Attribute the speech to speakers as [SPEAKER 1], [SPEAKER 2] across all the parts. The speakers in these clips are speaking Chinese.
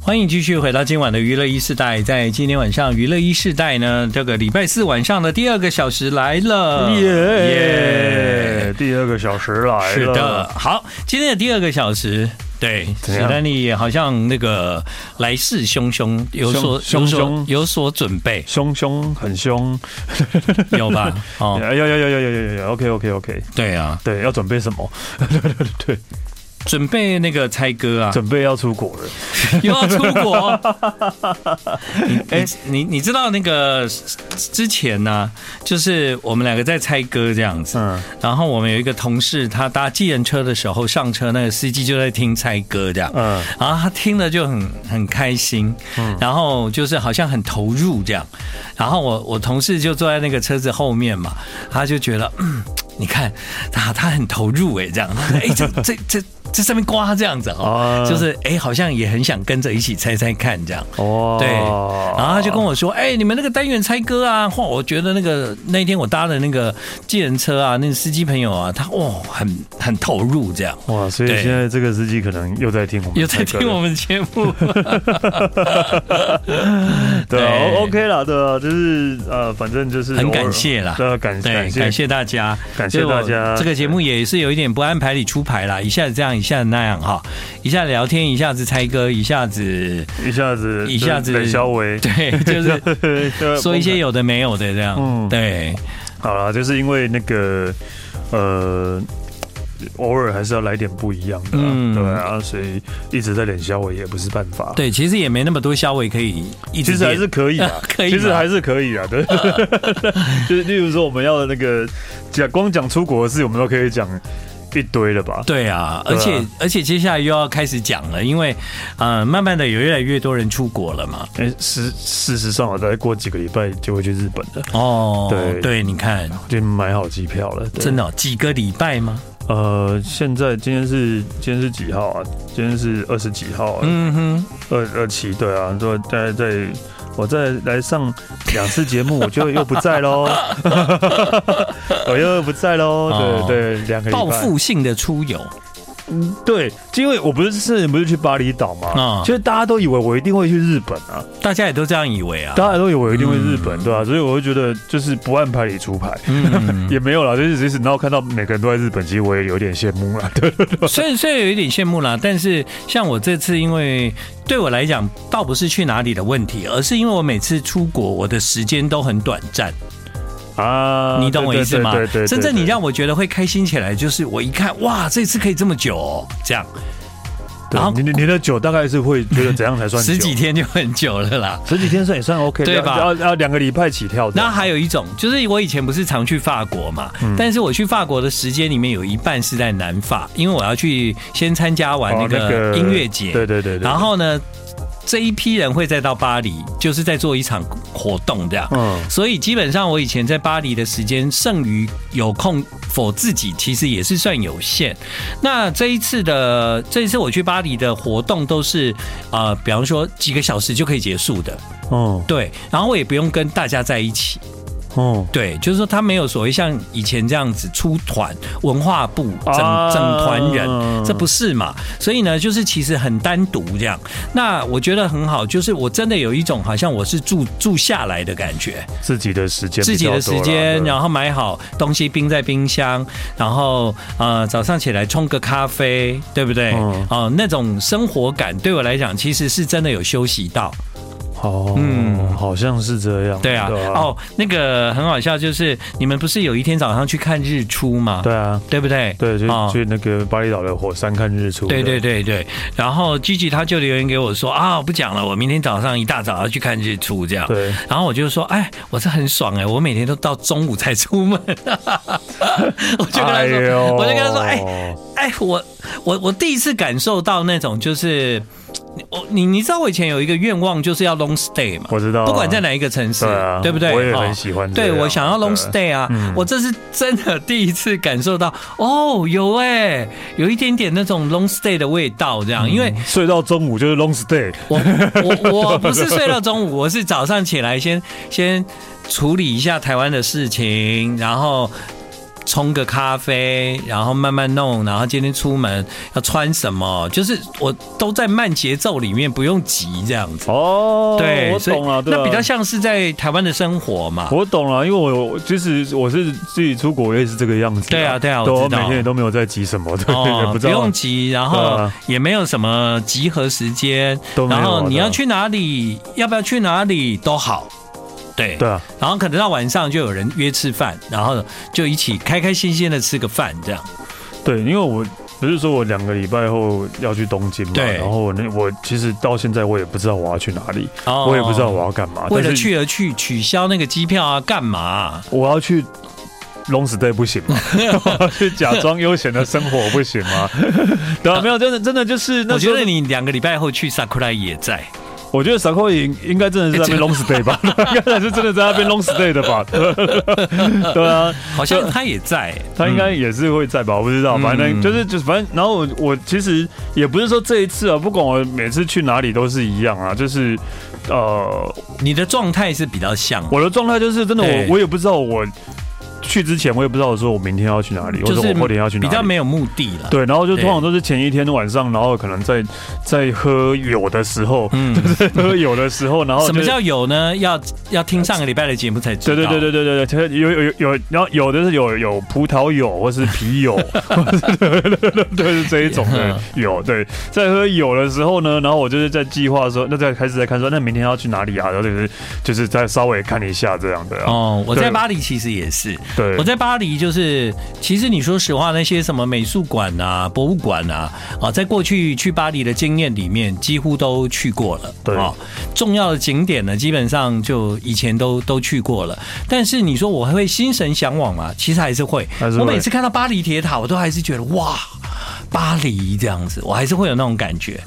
[SPEAKER 1] 欢迎继续回到今晚的娱乐一世代，在今天晚上娱乐一世代呢，这个礼拜四晚上的第二个小时来了，
[SPEAKER 2] 耶！第二个小时来了，
[SPEAKER 1] 是的，，好，今天的第二个小时，对，
[SPEAKER 2] 怎
[SPEAKER 1] 史
[SPEAKER 2] 样
[SPEAKER 1] 丹利好像那个来势汹汹，有所
[SPEAKER 2] 汹
[SPEAKER 1] 有
[SPEAKER 2] 汹
[SPEAKER 1] 所
[SPEAKER 2] 汹，
[SPEAKER 1] 有所准备
[SPEAKER 2] 凶凶很凶，哎
[SPEAKER 1] 有 吧？哦，
[SPEAKER 2] 有有有有有有有有，OK OK OK，
[SPEAKER 1] 对啊，
[SPEAKER 2] 对，要准备什么？ 对，
[SPEAKER 1] 准备那个猜歌啊，
[SPEAKER 2] 准备要出国了。
[SPEAKER 1] 又要出国。你哎，你你知道那个之前呢、就是我们两个在猜歌这样子，
[SPEAKER 2] 嗯
[SPEAKER 1] 然后我们有一个同事，他搭计程车的时候上车，那个司机就在听猜歌这样，
[SPEAKER 2] 嗯
[SPEAKER 1] 然后他听了就很很开心，然后就是好像很投入这样，然后我我同事就坐在那个车子后面嘛，他就觉得，嗯，你看他他很投入哎这样，哎这这这这上面刮这样子哦，
[SPEAKER 2] 啊
[SPEAKER 1] 就是哎好像也很想跟着一起猜猜看这样，
[SPEAKER 2] 哦，
[SPEAKER 1] 对，然后他就跟我说：“哎、你们那个单元猜歌啊，哇，我觉得那个那天我搭的那个计程车啊，那个司机朋友啊，他哦，很很投入这样。”
[SPEAKER 2] 哇，所以
[SPEAKER 1] 对
[SPEAKER 2] 现在这个司机可能又在听我们，
[SPEAKER 1] 有在听我
[SPEAKER 2] 们，
[SPEAKER 1] 们节目，
[SPEAKER 2] 对
[SPEAKER 1] 对
[SPEAKER 2] 啊，OK 啦，对啊，就是呃，反正就是
[SPEAKER 1] 很
[SPEAKER 2] 偶尔
[SPEAKER 1] 感谢啦
[SPEAKER 2] 对啊，感
[SPEAKER 1] 对，
[SPEAKER 2] 感谢
[SPEAKER 1] 感谢大家，
[SPEAKER 2] 感谢大家
[SPEAKER 1] 就是我这个节目也是有一点不按牌理出牌啦，一下子这样，一下子那样哈，一下子聊天，一下子猜歌，一下子
[SPEAKER 2] 一下子
[SPEAKER 1] 一下子
[SPEAKER 2] 就是雷肖维，
[SPEAKER 1] 对，就是
[SPEAKER 2] 是
[SPEAKER 1] 说一些有的没有的这样，
[SPEAKER 2] 嗯
[SPEAKER 1] 对，
[SPEAKER 2] 好啦，就是因为那个呃，偶尔还是要来点不一样的、啊，
[SPEAKER 1] 嗯
[SPEAKER 2] 对啊，所以一直在脸消我也不是办法。，
[SPEAKER 1] 对，其实也没那么多消委可以一直
[SPEAKER 2] 其实还
[SPEAKER 1] 练
[SPEAKER 2] 是可以啊
[SPEAKER 1] ，可以吗
[SPEAKER 2] 其实还是可以啊，对。 就是例如说我们要那个讲光讲出国的事，我们都可以讲一堆了吧？
[SPEAKER 1] 对啊，
[SPEAKER 2] 对
[SPEAKER 1] 而
[SPEAKER 2] 啊
[SPEAKER 1] 且、而且接下来又要开始讲了，因为呃，慢慢的有越来越多人出国了嘛。
[SPEAKER 2] 哎，事事实上，我啊大概过几个礼拜就会去日本了，
[SPEAKER 1] 哦，
[SPEAKER 2] 对
[SPEAKER 1] 你看，
[SPEAKER 2] 我就买好机票了。对
[SPEAKER 1] 真的哦、几个礼拜吗？
[SPEAKER 2] 呃，现在今天是今天是几号啊？今天是二十几号、啊，
[SPEAKER 1] 嗯哼，
[SPEAKER 2] 二二七，对啊，对，大概在我再来上两次节目，我就又不在喽， 我又不在喽，
[SPEAKER 1] 哦
[SPEAKER 2] 对对，两个礼拜
[SPEAKER 1] 报复性的出游，
[SPEAKER 2] 对，因为我不是之前不是去巴厘岛
[SPEAKER 1] 啊
[SPEAKER 2] 嘛，其实大家都以为我一定会去日本啊，
[SPEAKER 1] 大家也都这样以为啊。
[SPEAKER 2] 大家都以为我一定会日本，对吧、所以我会觉得就是不按牌理出牌。
[SPEAKER 1] 嗯，
[SPEAKER 2] 也没有啦，就是即使然后看到每个人都在日本，其实我也有点羡慕啦。对，
[SPEAKER 1] 虽然虽然有一点羡慕啦，但是像我这次，因为对我来讲，倒不是去哪里的问题，而是因为我每次出国，我的时间都很短暂。
[SPEAKER 2] 啊
[SPEAKER 1] 你懂我意思吗？
[SPEAKER 2] 对对对对，
[SPEAKER 1] 真正你
[SPEAKER 2] 对
[SPEAKER 1] 让我觉得会开心起来，就是我一看，哇，这次可以这么久、哦，这样
[SPEAKER 2] 对
[SPEAKER 1] 然后
[SPEAKER 2] 你你你的酒大概是会觉得怎样才算
[SPEAKER 1] 十
[SPEAKER 2] 久
[SPEAKER 1] 几天就很久了啦。
[SPEAKER 2] 十几天算也算 OK，
[SPEAKER 1] 对吧
[SPEAKER 2] 要要两个礼拜起跳的。
[SPEAKER 1] 那还有一种，就是我以前不是常去法国嘛，
[SPEAKER 2] 嗯
[SPEAKER 1] 但是我去法国的时间里面有一半是在南法，因为我要去先参加完那
[SPEAKER 2] 哦
[SPEAKER 1] 个音乐节，
[SPEAKER 2] 对对对对，
[SPEAKER 1] 然后呢，这一批人会再到巴黎，就是在做一场活动这样。
[SPEAKER 2] 嗯
[SPEAKER 1] 所以基本上我以前在巴黎的时间剩余有空否自己，其实也是算有限。那这一次的这一次我去巴黎的活动都是呃，比方说几个小时就可以结束的，
[SPEAKER 2] 嗯
[SPEAKER 1] 对。然后我也不用跟大家在一起，
[SPEAKER 2] 嗯，
[SPEAKER 1] 对，就是说他没有所谓像以前这样子出团文化部整
[SPEAKER 2] 啊
[SPEAKER 1] 整团人，这不是嘛？所以呢，就是其实很单独这样。那我觉得很好，就是我真的有一种好像我是住住下来的感觉，
[SPEAKER 2] 自己的时间比
[SPEAKER 1] 自己
[SPEAKER 2] 较多
[SPEAKER 1] 的
[SPEAKER 2] 啦，
[SPEAKER 1] 时间，
[SPEAKER 2] 对
[SPEAKER 1] 然后买好东西冰在冰箱，然后呃早上起来冲个咖啡，对不对？哦、
[SPEAKER 2] 嗯
[SPEAKER 1] 那种生活感对我来讲其实是真的有休息到。
[SPEAKER 2] 哦，嗯，好像是这样。
[SPEAKER 1] 对啊，
[SPEAKER 2] 哦，
[SPEAKER 1] 哦，那个很好笑，就是你们不是有一天早上去看日出吗？
[SPEAKER 2] 对啊，
[SPEAKER 1] 对不对？
[SPEAKER 2] 对，去
[SPEAKER 1] 哦
[SPEAKER 2] 去那个巴厘岛的火山看日出。
[SPEAKER 1] 对对，对对，然后 Gigi 他就留言给我说啊，不讲了，我明天早上一大早要去看日出这样。
[SPEAKER 2] 对
[SPEAKER 1] 然后我就说，哎，我这很爽哎、我每天都到中午才出门， 我就跟他
[SPEAKER 2] 哎
[SPEAKER 1] 说，
[SPEAKER 2] 呦
[SPEAKER 1] 我就跟他说，哎哎，我我我第一次感受到那种就是，我你你知道我以前有一个愿望就是要 long stay 嘛，
[SPEAKER 2] 我知道啊，
[SPEAKER 1] 不管在哪一个城市，
[SPEAKER 2] 对啊
[SPEAKER 1] 不对？
[SPEAKER 2] 我也
[SPEAKER 1] 哦
[SPEAKER 2] 很喜欢这
[SPEAKER 1] 对
[SPEAKER 2] 样。
[SPEAKER 1] 我想要 long
[SPEAKER 2] 对
[SPEAKER 1] stay
[SPEAKER 2] 嗯
[SPEAKER 1] 啊，我这是真的第一次感受到哦，有哎、有一点点那种 long stay 的味道，这样，因为
[SPEAKER 2] 睡到中午就是 long stay。
[SPEAKER 1] 我我 我不是睡到中午，我是早上起来先先处理一下台湾的事情，然后。冲个咖啡，然后慢慢弄，然后今天出门要穿什么，就是我都在慢节奏里面，不用急这样子。
[SPEAKER 2] 哦，
[SPEAKER 1] 对，
[SPEAKER 2] 我
[SPEAKER 1] 所以
[SPEAKER 2] 懂了，对啊
[SPEAKER 1] 那比较啊像是在台湾的生活嘛。
[SPEAKER 2] 我懂了，因为我我其实我是自己出国，我也是这个样子。
[SPEAKER 1] 对啊对啊我
[SPEAKER 2] 对
[SPEAKER 1] 知道
[SPEAKER 2] 每天也都没有在急什么，对，也
[SPEAKER 1] 哦，
[SPEAKER 2] 不
[SPEAKER 1] 不
[SPEAKER 2] 知道啊
[SPEAKER 1] 用。急，然
[SPEAKER 2] 对
[SPEAKER 1] 后
[SPEAKER 2] 啊
[SPEAKER 1] 也没有什么集合时间，
[SPEAKER 2] 都没有
[SPEAKER 1] 然
[SPEAKER 2] 啊
[SPEAKER 1] 后你
[SPEAKER 2] 对啊
[SPEAKER 1] 要去哪里，要不要去哪里都好，对，
[SPEAKER 2] 对啊，
[SPEAKER 1] 然后可能到晚上就有人约吃饭，然后就一起开开心心的吃个饭，这样，
[SPEAKER 2] 对，因为我不是说我两个礼拜后要去东京嘛，
[SPEAKER 1] 对
[SPEAKER 2] 然后我那我其实到现在我也不知道我要去哪里，
[SPEAKER 1] 哦
[SPEAKER 2] 我也不知道我要干嘛，
[SPEAKER 1] 为了
[SPEAKER 2] 但是
[SPEAKER 1] 去而去，取消那个机票啊，干嘛啊、
[SPEAKER 2] 我要去 long stay 不行 吗？我要去假装悠闲的生活不行吗？对啊，没有，真的真的就是那
[SPEAKER 1] 我
[SPEAKER 2] 时
[SPEAKER 1] 觉
[SPEAKER 2] 候
[SPEAKER 1] 得你两个礼拜后去 Sakura 也在，
[SPEAKER 2] 我觉得萨克应应该真的是在那边 long stay 吧，应该是真的在那边 long stay 的吧？ 对啊，
[SPEAKER 1] 好像他也在、
[SPEAKER 2] 他应该也是会在吧，我不知
[SPEAKER 1] 嗯
[SPEAKER 2] 道，反正就是就是反正，然后我我其实也不是说这一次啊，不管我每次去哪里都是一样啊，就是呃，
[SPEAKER 1] 你的状态是比较像，
[SPEAKER 2] 我的状态就是真的
[SPEAKER 1] 对
[SPEAKER 2] 我我也不知道我去之前我也不知道说我明天要去哪里，或
[SPEAKER 1] 就
[SPEAKER 2] 者
[SPEAKER 1] 是
[SPEAKER 2] 我后天要去哪
[SPEAKER 1] 比较
[SPEAKER 2] 里。
[SPEAKER 1] 没有目的了，
[SPEAKER 2] 对，然后就
[SPEAKER 1] 对
[SPEAKER 2] 通常都是前一天晚上，然后可能在在喝有的时候，
[SPEAKER 1] 嗯
[SPEAKER 2] 就是喝有的时候，然后
[SPEAKER 1] 什么
[SPEAKER 2] 哦就
[SPEAKER 1] 叫有呢？要要听上个礼拜的节目才知
[SPEAKER 2] 对
[SPEAKER 1] 道。
[SPEAKER 2] 对对对对对对，有有有有，然后有的是有有葡萄柚或是啤柚，或是对对对对是这一种的有对，在喝有的时候呢，然后我就是在计划说，那在开始在看说，那明天要去哪里啊？然后就是就是再稍微看一下这样的啊，
[SPEAKER 1] 哦，我
[SPEAKER 2] 对
[SPEAKER 1] 在巴黎其实也是，
[SPEAKER 2] 对
[SPEAKER 1] 我在巴黎就是，其实你说实话，那些什么美术馆啊、博物馆啊，啊，在过去去巴黎的经验里面，几乎都去过了。
[SPEAKER 2] 对
[SPEAKER 1] 啊重要的景点呢，基本上就以前都都去过了。但是你说我还会心神向往吗？其实还是会。
[SPEAKER 2] 还是会
[SPEAKER 1] 我每次看到巴黎铁塔，我都还是觉得哇，巴黎这样子，我还是会有那种感 觉，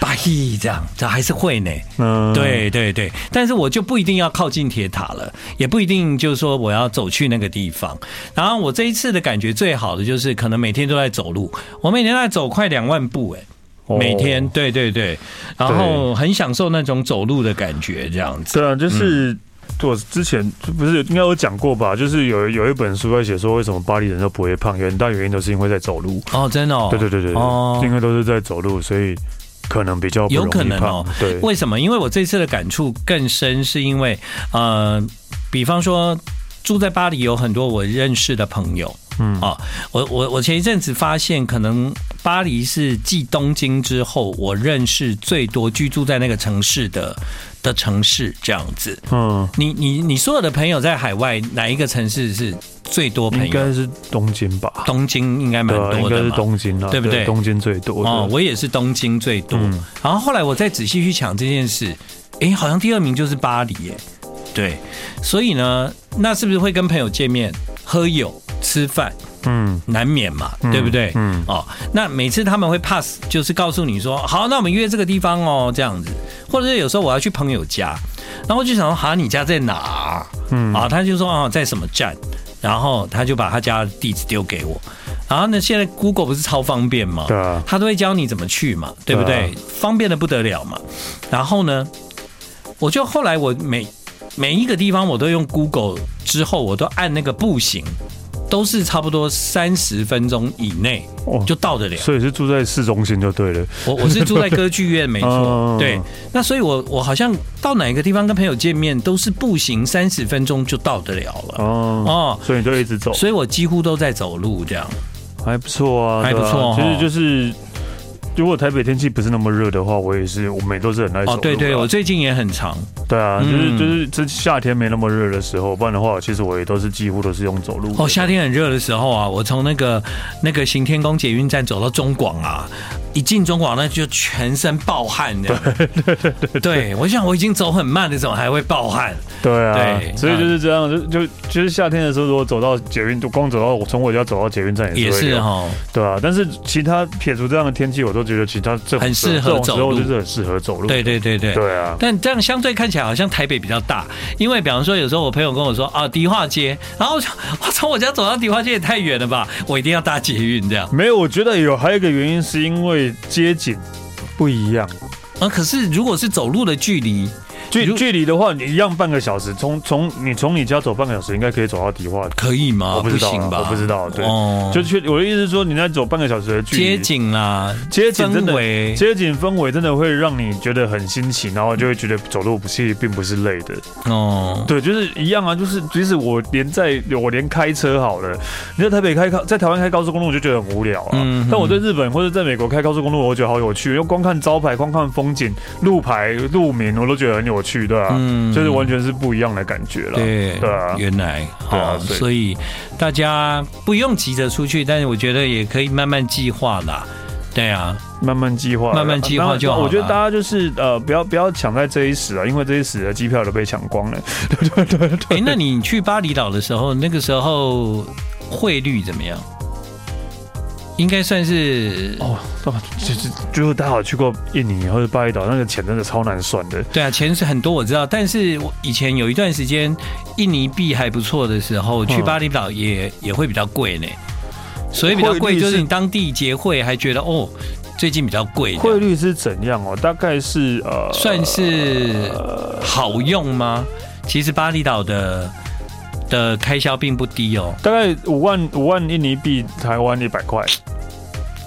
[SPEAKER 1] 巴黎这样，这还是会呢。
[SPEAKER 2] 嗯，
[SPEAKER 1] 对对对，但是我就不一定要靠近铁塔了，也不一定就是说我要走去那个地方。然后我这一次的感觉最好的就是，可能每天都在走路，我每天都在走快两万步、哎。
[SPEAKER 2] 哦
[SPEAKER 1] 每天，对对对，然后很享受那种走路的感觉，这样子。
[SPEAKER 2] 对啊，就是。我之前不是应该有讲过吧？就是有有一本书在写说，为什么巴黎人都不会胖，有很大原因都是因为在走路。
[SPEAKER 1] 哦，真的哦，
[SPEAKER 2] 对对对对对，
[SPEAKER 1] 哦
[SPEAKER 2] 因为都是在走路，所以可能比较不
[SPEAKER 1] 有
[SPEAKER 2] 容
[SPEAKER 1] 可
[SPEAKER 2] 易
[SPEAKER 1] 能
[SPEAKER 2] 胖
[SPEAKER 1] 哦。
[SPEAKER 2] 对，
[SPEAKER 1] 为什么？因为我这次的感触更深，是因为呃，比方说住在巴黎有很多我认识的朋友，
[SPEAKER 2] 嗯
[SPEAKER 1] 啊，我我我前一阵子发现，可能巴黎是继东京之后，我认识最多居住在那个城市的的城市这样子。
[SPEAKER 2] 嗯，
[SPEAKER 1] 你你你所有的朋友在海外哪一个城市是最多朋
[SPEAKER 2] 应
[SPEAKER 1] 友？
[SPEAKER 2] 该是东京吧？
[SPEAKER 1] 嗯东京应该蛮
[SPEAKER 2] 对啊，应
[SPEAKER 1] 多
[SPEAKER 2] 该
[SPEAKER 1] 的
[SPEAKER 2] 是
[SPEAKER 1] 嘛。
[SPEAKER 2] 东京啊，
[SPEAKER 1] 对不对
[SPEAKER 2] 东京最多的。
[SPEAKER 1] 哦，我也是东京最多。
[SPEAKER 2] 嗯
[SPEAKER 1] 然后后来我再仔细去想这件事，诶，好像第二名就是巴黎耶。对，所以呢，那是不是会跟朋友见面、喝酒、吃饭，
[SPEAKER 2] 嗯，
[SPEAKER 1] 难免嘛，
[SPEAKER 2] 嗯
[SPEAKER 1] 对不对？
[SPEAKER 2] 嗯，
[SPEAKER 1] 哦，那每次他们会 pass，就是告诉你说，好，那我们约这个地方哦，这样子，或者是有时候我要去朋友家，然后我就想说，哈，你家在哪？嗯，啊，他就说，哦，在什么站，然后他就把他家的地址丢给我，然后呢，现在 Google 不是超方便吗？
[SPEAKER 2] 对啊，
[SPEAKER 1] 他都会教你怎么去嘛，对不对？
[SPEAKER 2] 对啊
[SPEAKER 1] 方便的不得了嘛。然后呢，我就后来我每每一个地方我都用 Google，之后我都按那个步行，都是差不多三十分钟以内
[SPEAKER 2] 哦
[SPEAKER 1] 就到得了。
[SPEAKER 2] 所以是住在市中心就对了。
[SPEAKER 1] 我我是住在歌剧院，没错
[SPEAKER 2] 哦，
[SPEAKER 1] 对。那所以我我好像到哪个地方跟朋友见面，都是步行三十分钟就到得了了。
[SPEAKER 2] 哦，
[SPEAKER 1] 哦，
[SPEAKER 2] 所以你就一直走，
[SPEAKER 1] 所以我几乎都在走路这样。哦
[SPEAKER 2] 还不错啊，
[SPEAKER 1] 还不
[SPEAKER 2] 对啊
[SPEAKER 1] 错哦
[SPEAKER 2] 其实就是。如果台北天气不是那么热的话，我也是，我们也都是很爱走
[SPEAKER 1] 哦，
[SPEAKER 2] 路啊
[SPEAKER 1] 对对，
[SPEAKER 2] 啦
[SPEAKER 1] 我最近也很长，
[SPEAKER 2] 对啊，就
[SPEAKER 1] 嗯
[SPEAKER 2] 是就是这夏天没那么热的时候，不然的话，其实我也都是几乎都是用走路的。
[SPEAKER 1] 哦，夏天很热的时候啊，我从那个那个行天宫捷运站走到中广啊，一进中广那就全身暴汗的。对我想我已经走很慢的，怎么还会暴汗？
[SPEAKER 2] 对啊
[SPEAKER 1] 对，嗯
[SPEAKER 2] 所以就是这样，就就就是夏天的时候，如果走到捷运，就光走到我从我家走到捷运站
[SPEAKER 1] 也
[SPEAKER 2] 也是会
[SPEAKER 1] 是
[SPEAKER 2] 流
[SPEAKER 1] 哈，
[SPEAKER 2] 对啊，但是其他撇除这样的天气，我都觉得其他这
[SPEAKER 1] 很适合
[SPEAKER 2] 这种时
[SPEAKER 1] 走
[SPEAKER 2] 候
[SPEAKER 1] 路
[SPEAKER 2] 就是很适合走路。
[SPEAKER 1] 对对对对。
[SPEAKER 2] 对啊，
[SPEAKER 1] 但这样相对看起来好像台北比较大，因为比方说有时候我朋友跟我说啊迪化街，然后我就我从我家走到迪化街也太远了吧，我一定要搭捷运这样。
[SPEAKER 2] 没有，我觉得有还有一个原因是因为街景不一样，
[SPEAKER 1] 啊，可是如果是走路的距离，
[SPEAKER 2] 距
[SPEAKER 1] 如
[SPEAKER 2] 距离的话，你一样半个小时，从从你从你家走半个小时，应该可以走到迪化。
[SPEAKER 1] 可以吗？
[SPEAKER 2] 我不知道啊
[SPEAKER 1] 行吧？
[SPEAKER 2] 我不知道对
[SPEAKER 1] 哦
[SPEAKER 2] 就去我的意思是说，你在走半个小时的距离，
[SPEAKER 1] 街景啊啦，
[SPEAKER 2] 街景真
[SPEAKER 1] 氛
[SPEAKER 2] 的
[SPEAKER 1] 围
[SPEAKER 2] 街景氛围真的会让你觉得很新奇，然后就会觉得走路不是并不是累的。
[SPEAKER 1] 哦，
[SPEAKER 2] 对，就是一样啊，就是即使我连在我连开车好了，你在台北开高在台湾开高速公路我就觉得很无聊啊。
[SPEAKER 1] 嗯哼
[SPEAKER 2] 但我在日本或者在美国开高速公路，我觉得好有趣，因为光看招牌、光看风景、路牌、路名，我都觉得很有趣，对啊，
[SPEAKER 1] 嗯
[SPEAKER 2] 就是完全是不一样的感觉了。
[SPEAKER 1] 对
[SPEAKER 2] 对啊，
[SPEAKER 1] 原来
[SPEAKER 2] 对啊
[SPEAKER 1] 哦
[SPEAKER 2] 所以
[SPEAKER 1] 所以大家不用急着出去，但是我觉得也可以慢慢计划啦。对啊，
[SPEAKER 2] 慢慢计划，
[SPEAKER 1] 慢慢计划就好了
[SPEAKER 2] 当然我觉得大家就是呃，不要不要抢在这一时啊，因为这一时的机票都被抢光了。
[SPEAKER 1] 哎、那你去巴厘岛的时候，那个时候汇率怎么样？应该算是
[SPEAKER 2] 哦，那就是就是大家有去过印尼或者巴厘岛，那个钱真的超难算的。
[SPEAKER 1] 对啊，钱是很多我知道，但是我以前有一段时间印尼币还不错的时候，去
[SPEAKER 2] 嗯
[SPEAKER 1] 巴厘岛也也会比较贵呢。所以比较
[SPEAKER 2] 汇
[SPEAKER 1] 贵
[SPEAKER 2] 率
[SPEAKER 1] 就是
[SPEAKER 2] 是
[SPEAKER 1] 你当地结汇还觉得哦，最近比较贵这样，
[SPEAKER 2] 汇率是怎样哦？大概是呃，
[SPEAKER 1] 算是好用吗？其实巴厘岛的的开销并不低哦，
[SPEAKER 2] 大概五万五万印尼币，台湾一百块。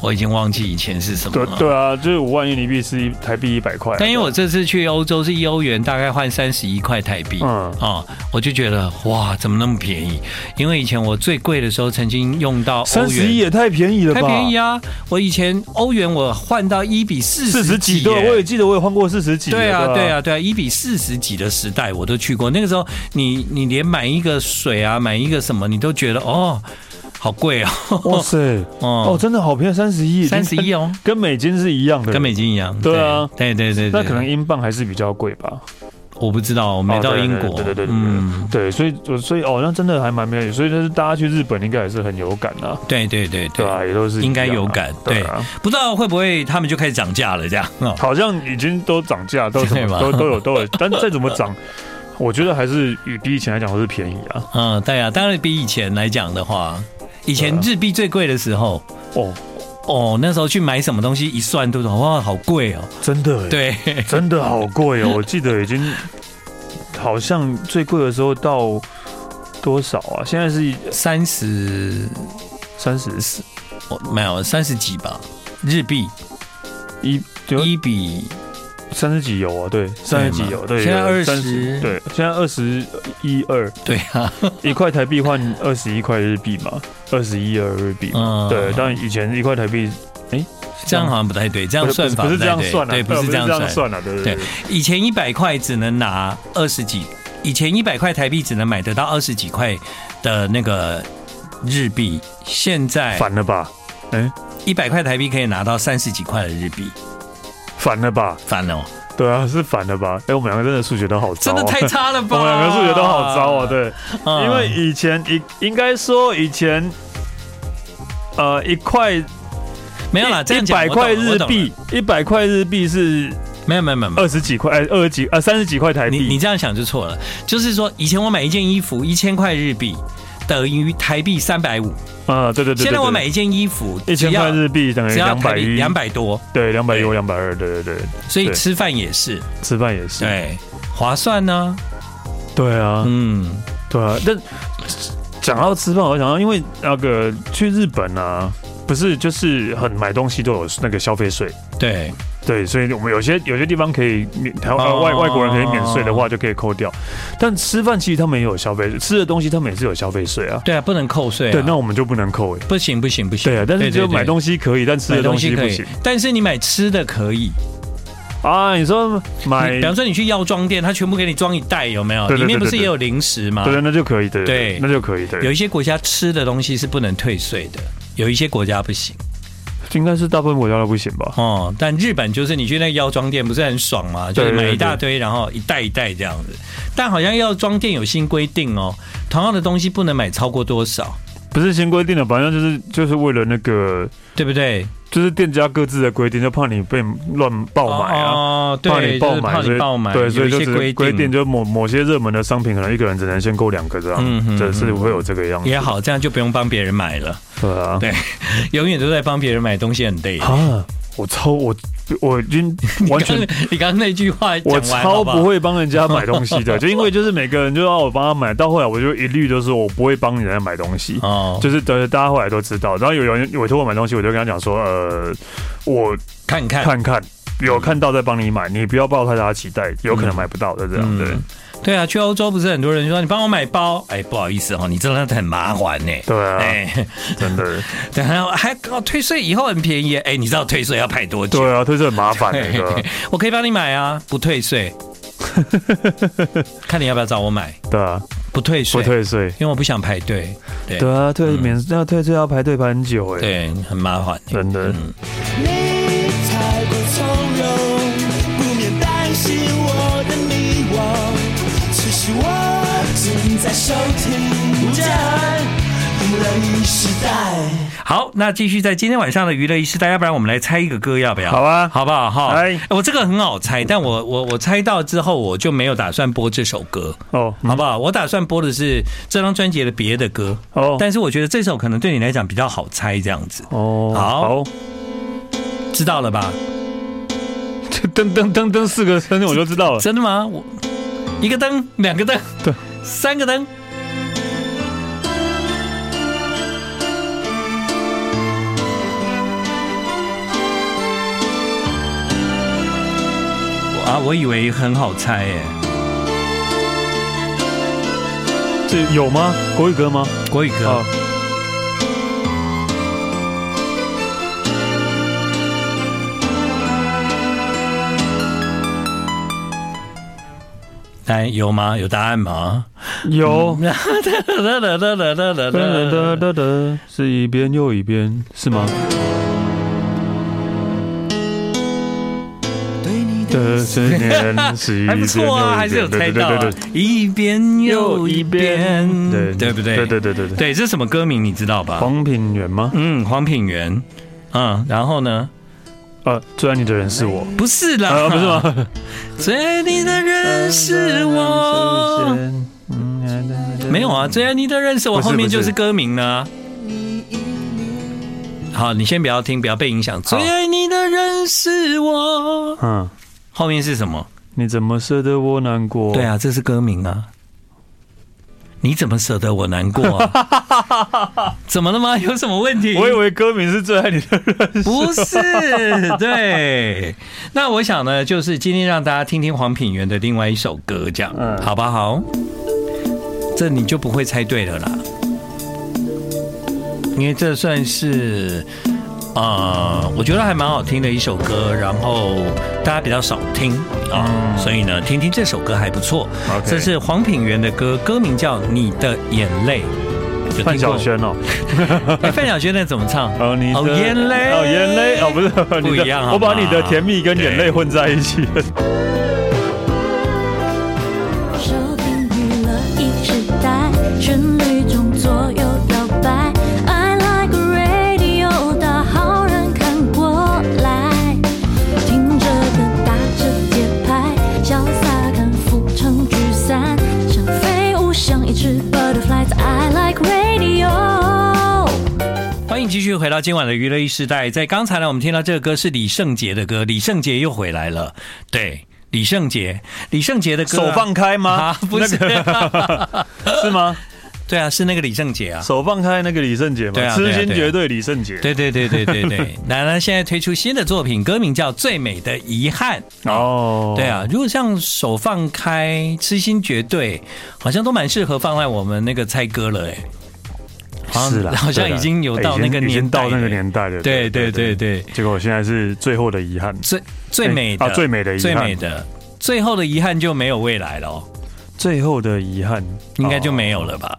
[SPEAKER 1] 我已经忘记以前是什么
[SPEAKER 2] 对
[SPEAKER 1] 了。
[SPEAKER 2] 对啊，就是五万印尼币是一台币一百块。
[SPEAKER 1] 嗯但因为我这次去欧洲是一欧元，大概换三十一块台币。
[SPEAKER 2] 嗯
[SPEAKER 1] 啊、我就觉得哇，怎么那么便宜？因为以前我最贵的时候曾经用到欧
[SPEAKER 2] 三十
[SPEAKER 1] 元，
[SPEAKER 2] 一也太便宜了吧？
[SPEAKER 1] 太便宜啊！我以前欧元我换到一比四
[SPEAKER 2] 四十
[SPEAKER 1] 十
[SPEAKER 2] 几
[SPEAKER 1] 几
[SPEAKER 2] 对，
[SPEAKER 1] 耶
[SPEAKER 2] 我也记得我也换过四十几。
[SPEAKER 1] 对啊，对，啊，对啊，一比四十几的时代我都去过。那个时候你，你连买一个水啊，买一个什么，你都觉得哦，好贵
[SPEAKER 2] 哇
[SPEAKER 1] 哦。
[SPEAKER 2] 塞，哦
[SPEAKER 1] 哦，，
[SPEAKER 2] 真的好便宜，三十一，
[SPEAKER 1] 三十一哦，
[SPEAKER 2] 跟美金是一样的，
[SPEAKER 1] 跟美金一样。
[SPEAKER 2] 对啊
[SPEAKER 1] 对对对对，
[SPEAKER 2] 那可能英镑还是比较贵吧。
[SPEAKER 1] 我不知道，我没
[SPEAKER 2] 哦
[SPEAKER 1] 到
[SPEAKER 2] 对
[SPEAKER 1] 英
[SPEAKER 2] 对
[SPEAKER 1] 国。嗯
[SPEAKER 2] 对对对对对，对，所以就所以哦，那真的还蛮便宜，所以就是大家去日本应该也是很有感啊，
[SPEAKER 1] 嗯对对对
[SPEAKER 2] 对
[SPEAKER 1] 对，
[SPEAKER 2] 啊，也都是一样啊
[SPEAKER 1] 应该有感。对
[SPEAKER 2] 啊，
[SPEAKER 1] 不知道会不会他们就开始涨价了这样？哦
[SPEAKER 2] 好像已经都涨价，都什
[SPEAKER 1] 对吧
[SPEAKER 2] 么都都有都有，但再怎么涨，我觉得还是与比以前来讲都是便宜啊。
[SPEAKER 1] 嗯，对啊，当然比以前来讲的话，以前日币最贵的时候，
[SPEAKER 2] 哦，
[SPEAKER 1] 哦，那时候去买什么东西一算都说哇，好贵哦。
[SPEAKER 2] 真的，，
[SPEAKER 1] 对，
[SPEAKER 2] 真的好 贵哦，我记得已经好像最贵的时候到。多少啊？现在是
[SPEAKER 1] 三十
[SPEAKER 2] 三十
[SPEAKER 1] 我哦没有三十几吧，日币
[SPEAKER 2] 一，有
[SPEAKER 1] 一比
[SPEAKER 2] 三十几有啊？对，三十几有。对，
[SPEAKER 1] 现在
[SPEAKER 2] 有
[SPEAKER 1] 20
[SPEAKER 2] 30对，现在二十一二，
[SPEAKER 1] 对啊，
[SPEAKER 2] 一块台币换二十一块日币嘛，二十一二日币嘛。
[SPEAKER 1] 嗯，
[SPEAKER 2] 对，但以前一块台币，哎、
[SPEAKER 1] 这样好像不太对，这样
[SPEAKER 2] 不是
[SPEAKER 1] 算法
[SPEAKER 2] 不是
[SPEAKER 1] 太
[SPEAKER 2] 这样
[SPEAKER 1] 对
[SPEAKER 2] 算啊，
[SPEAKER 1] 对，不是这样算。
[SPEAKER 2] 算啊，对对
[SPEAKER 1] 对
[SPEAKER 2] 对。
[SPEAKER 1] 以前一百块只能拿二十几，以前一百块台币只能买得到二十几块的那个日币，现在
[SPEAKER 2] 反了吧？哎、
[SPEAKER 1] 一百块台币可以拿到三十几块的日币，
[SPEAKER 2] 反了吧？
[SPEAKER 1] 烦了哦，
[SPEAKER 2] 对啊，是反了吧？哎、我们两个真的数学都好糟、
[SPEAKER 1] 真的
[SPEAKER 2] 啊，
[SPEAKER 1] 太。差了吧？
[SPEAKER 2] 我们两个数学都好糟啊，对，
[SPEAKER 1] 嗯，
[SPEAKER 2] 因为以前一应该说以前，呃，一块
[SPEAKER 1] 没有啦，这样
[SPEAKER 2] 一
[SPEAKER 1] 讲
[SPEAKER 2] 百
[SPEAKER 1] 我懂了
[SPEAKER 2] 块日，
[SPEAKER 1] 我
[SPEAKER 2] 币
[SPEAKER 1] 懂了，
[SPEAKER 2] 一百块日币是
[SPEAKER 1] 没有没有没有没有。
[SPEAKER 2] 二十几块，哎，二十几，呃，三十几块台
[SPEAKER 1] 你
[SPEAKER 2] 币
[SPEAKER 1] 你。这样想就错了，就是说以前我买一件衣服一千块日币。等于台币三百五，
[SPEAKER 2] 啊，对对对。
[SPEAKER 1] 现在
[SPEAKER 2] 对
[SPEAKER 1] 我
[SPEAKER 2] 对
[SPEAKER 1] 买一件衣服，
[SPEAKER 2] 一千
[SPEAKER 1] 只要
[SPEAKER 2] 块日币等于
[SPEAKER 1] 只要
[SPEAKER 2] 两
[SPEAKER 1] 台
[SPEAKER 2] 百
[SPEAKER 1] 币
[SPEAKER 2] 一，
[SPEAKER 1] 两百多，
[SPEAKER 2] 对，两百一
[SPEAKER 1] 对
[SPEAKER 2] 或两百二，对对对，
[SPEAKER 1] 所以
[SPEAKER 2] 对
[SPEAKER 1] 吃饭也是
[SPEAKER 2] 吃饭也是，
[SPEAKER 1] 对划算呢、
[SPEAKER 2] 对啊，
[SPEAKER 1] 嗯，
[SPEAKER 2] 对啊。但讲到吃饭，我想到因为那个去日本啊，不是就是很买东西都有那个消费税，
[SPEAKER 1] 对，
[SPEAKER 2] 对，所以我们有些有些地方可以免，台湾、
[SPEAKER 1] 哦
[SPEAKER 2] 外外国人可以免税的话，就可以扣掉。但吃饭其实他们也有消费税，吃的东西他们也是有消费税啊。
[SPEAKER 1] 对啊，不能扣税、啊。
[SPEAKER 2] 对，那我们就不能扣诶、欸
[SPEAKER 1] 不行不行不行。
[SPEAKER 2] 对啊，但是就买
[SPEAKER 1] 西
[SPEAKER 2] 东西可以，但吃
[SPEAKER 1] 买
[SPEAKER 2] 的
[SPEAKER 1] 东
[SPEAKER 2] 东
[SPEAKER 1] 西
[SPEAKER 2] 西
[SPEAKER 1] 可
[SPEAKER 2] 不
[SPEAKER 1] 以
[SPEAKER 2] 行，
[SPEAKER 1] 但是你买吃的可以。
[SPEAKER 2] 啊。你说买
[SPEAKER 1] 你比方说你去药妆店，它全部给你装一袋，有没有？
[SPEAKER 2] 对对
[SPEAKER 1] 里面不
[SPEAKER 2] 对
[SPEAKER 1] 是
[SPEAKER 2] 对
[SPEAKER 1] 也有零食吗？
[SPEAKER 2] 对，那就可以，对
[SPEAKER 1] 对
[SPEAKER 2] 那就可以，对
[SPEAKER 1] 有。一些国家吃的东西是不能退税的，有一些国家不行
[SPEAKER 2] 应该是大部分国家都不行吧？
[SPEAKER 1] 哦。但日本就是你去那个药妆店不是很爽吗？就是
[SPEAKER 2] 对对
[SPEAKER 1] 买一大堆，然后一袋一袋这样子。但好像药妆店有新规定哦，同样的东西不能买超过多少，
[SPEAKER 2] 不是新规定的，反正就是就是为了那个，
[SPEAKER 1] 对不对？
[SPEAKER 2] 就是店家各自的规定，就怕你被乱爆买啊。
[SPEAKER 1] 哦，
[SPEAKER 2] 怕
[SPEAKER 1] 对，
[SPEAKER 2] 你
[SPEAKER 1] 就
[SPEAKER 2] 爆
[SPEAKER 1] 是
[SPEAKER 2] 买，
[SPEAKER 1] 怕
[SPEAKER 2] 所
[SPEAKER 1] 你
[SPEAKER 2] 以
[SPEAKER 1] 爆买，
[SPEAKER 2] 对，所
[SPEAKER 1] 有
[SPEAKER 2] 以就
[SPEAKER 1] 一些
[SPEAKER 2] 只
[SPEAKER 1] 规
[SPEAKER 2] 是规定，
[SPEAKER 1] 定。
[SPEAKER 2] 就某某些热门的商品，可能一个人只能先购两个这
[SPEAKER 1] 嗯哼
[SPEAKER 2] 样，这是
[SPEAKER 1] 嗯
[SPEAKER 2] 会有这个样子
[SPEAKER 1] 也，好，这样就不用帮别人买了。
[SPEAKER 2] 对啊
[SPEAKER 1] 对，永远都在帮别人买东西，很累。
[SPEAKER 2] 啊，我超我我已 经完全
[SPEAKER 1] 你刚你刚刚那句话讲
[SPEAKER 2] 我
[SPEAKER 1] 完好
[SPEAKER 2] 超
[SPEAKER 1] 不好
[SPEAKER 2] 不会帮人家买东西 的，就因为就是每个人就要我帮他买，到后来我就一律都是我不会帮人家买东西。
[SPEAKER 1] 哦，就
[SPEAKER 2] 就是大家后来都知道，然后有人委托我买东西，我就跟他讲说，呃，我
[SPEAKER 1] 看看
[SPEAKER 2] 看看有看到再帮你买，你不要抱太大的期待，有可能买不到的这样，对
[SPEAKER 1] 嗯对啊，去欧洲不是很多人说你帮我买包，哎，不好意思哦，你真的很麻烦呢、
[SPEAKER 2] 对啊，
[SPEAKER 1] 哎，
[SPEAKER 2] 真 的。
[SPEAKER 1] 等下还搞退税，以后很便宜。哎，你知道退税要排多久？
[SPEAKER 2] 对啊，啊退税很麻 烦那
[SPEAKER 1] 嘿嘿
[SPEAKER 2] 个
[SPEAKER 1] 嘿，我可以帮你买啊，不退 税。看你要不要找我买，
[SPEAKER 2] 对啊，
[SPEAKER 1] 不退税，
[SPEAKER 2] 不退税，
[SPEAKER 1] 因为我不想排队。对嗯
[SPEAKER 2] 对啊，退免要退税要排队排很久哎，
[SPEAKER 1] 对很麻烦、嗯
[SPEAKER 2] 真的，
[SPEAKER 3] 你太过从容，不免担心我的迷惘。其实我正在收听着娱乐一时代。
[SPEAKER 1] 好，那继续在今天晚上的娱乐一时代，要不然我们来猜一个歌，要不要？
[SPEAKER 2] 好啊
[SPEAKER 1] 好不好？哈，哎
[SPEAKER 2] 来
[SPEAKER 1] 我这个很好猜，但我我我猜到之后，我就没有打算播这首歌，
[SPEAKER 2] 哦，
[SPEAKER 1] 好不好？我打算播的是这张专辑的别的歌，
[SPEAKER 2] 哦，
[SPEAKER 1] 但是我觉得这首可能对你来讲比较好猜，这样子，
[SPEAKER 2] 哦，
[SPEAKER 1] 好，知道了吧？
[SPEAKER 2] 这噔噔噔噔四个声我就知道了，
[SPEAKER 1] 真的吗？我一个灯，两个灯，
[SPEAKER 2] 对，
[SPEAKER 1] 三个灯。啊，我以为很好猜耶，
[SPEAKER 2] 这有吗？国语歌吗？
[SPEAKER 1] 国语歌。
[SPEAKER 2] 哦，
[SPEAKER 1] 来，哎有吗？有答案 吗？
[SPEAKER 2] 有，
[SPEAKER 1] 嗯哒
[SPEAKER 2] 噔噔噔噔，是一遍又一遍，是吗？
[SPEAKER 1] 嗯
[SPEAKER 3] 对你
[SPEAKER 2] 的
[SPEAKER 3] 的
[SPEAKER 2] 思念是 一
[SPEAKER 1] 还
[SPEAKER 2] 遍
[SPEAKER 1] 不错啊，还是有
[SPEAKER 2] 又一
[SPEAKER 1] 猜
[SPEAKER 2] 遍，
[SPEAKER 1] 到、啊
[SPEAKER 2] 对对对对，
[SPEAKER 1] 一遍
[SPEAKER 2] 对，
[SPEAKER 1] 又一遍，对不对？
[SPEAKER 2] 对对对对对，
[SPEAKER 1] 对，这是什么歌名你知道吧？
[SPEAKER 2] 黄品源吗？
[SPEAKER 1] 啊嗯，黄品源，嗯，然后呢？啊
[SPEAKER 2] 呃，最爱你的人是我，
[SPEAKER 1] 不是啦，
[SPEAKER 2] 呃，不是？吗？
[SPEAKER 1] 最爱你的人是我，没有啊，最爱你的嗯人是我，
[SPEAKER 2] 不是
[SPEAKER 1] 后面就
[SPEAKER 2] 不
[SPEAKER 1] 是
[SPEAKER 2] 是
[SPEAKER 1] 歌名呢。好，你先不要听，不要被影响。最爱你的人是我，
[SPEAKER 2] 嗯，
[SPEAKER 1] 后面是什么？
[SPEAKER 2] 你怎么舍得我难过？
[SPEAKER 1] 对，啊，这是歌名啊。你怎么舍得我难过、啊？ 怎么了吗？有什么问题？
[SPEAKER 2] 我以为歌名是最爱你的人。
[SPEAKER 1] 不 是，对。那我想呢，就是今天让大家听听黄品源的另外一首歌，这样、
[SPEAKER 2] 嗯
[SPEAKER 1] 好不好？这你就不会猜对了啦，因为这算是呃，我觉得还蛮好听的一首歌，然后大家比较少听啊、所以呢，听听这首歌还不错。
[SPEAKER 2] 嗯 OK
[SPEAKER 1] 这是黄品源的歌，歌名叫《你的眼泪》。有
[SPEAKER 2] 范
[SPEAKER 1] 听过
[SPEAKER 2] 晓，萱哦，
[SPEAKER 1] 哎，范晓萱那怎么唱？
[SPEAKER 2] 哦你的
[SPEAKER 1] 哦眼泪，
[SPEAKER 2] 哦眼泪哦不是
[SPEAKER 1] 不一样
[SPEAKER 2] 你
[SPEAKER 1] 好吗
[SPEAKER 2] 的我把你的甜蜜跟眼泪混在一起。
[SPEAKER 4] 手柄娱乐一时代，旋律中左右摇摆。I like radio 的好人看过来，听着歌打着节拍，潇洒看浮城聚散，像飞舞，像一只 butterfly。I like radio。
[SPEAKER 1] 欢迎继续回到今晚的娱乐一时代。在刚才呢，我们听到这个歌是李圣杰的歌，李圣杰又回来了。对，李圣杰，李圣杰的歌啊、
[SPEAKER 2] 手放开吗
[SPEAKER 1] 啊，不是，
[SPEAKER 2] 那 个是吗？
[SPEAKER 1] 对啊，是那个李圣杰啊。
[SPEAKER 2] 手放开那个李圣杰嘛，
[SPEAKER 1] 对啊对
[SPEAKER 2] 痴
[SPEAKER 1] 啊
[SPEAKER 2] 心
[SPEAKER 1] 对啊
[SPEAKER 2] 绝对李圣杰。
[SPEAKER 1] 对对对对对对，奶奶现在推出新的作品，歌名叫《最美的遗憾》。
[SPEAKER 2] 哦，
[SPEAKER 1] 对，啊，如果像手放开、痴心绝对，好像都蛮适合放在我们那个猜歌了哎、好像
[SPEAKER 2] 是啦，
[SPEAKER 1] 好像
[SPEAKER 2] 对啦哎
[SPEAKER 1] 已经有到
[SPEAKER 2] 已经
[SPEAKER 1] 那个
[SPEAKER 2] 已经
[SPEAKER 1] 年代
[SPEAKER 2] 到
[SPEAKER 1] 了，
[SPEAKER 2] 那个年代了。
[SPEAKER 1] 对对对对，
[SPEAKER 2] 结果我现在是最后的遗憾，
[SPEAKER 1] 最最美的、
[SPEAKER 2] 啊最美的遗憾
[SPEAKER 1] 最美的，最后的遗憾就没有未来了哦，
[SPEAKER 2] 最后的遗憾
[SPEAKER 1] 应该就
[SPEAKER 2] 哦
[SPEAKER 1] 没有了吧？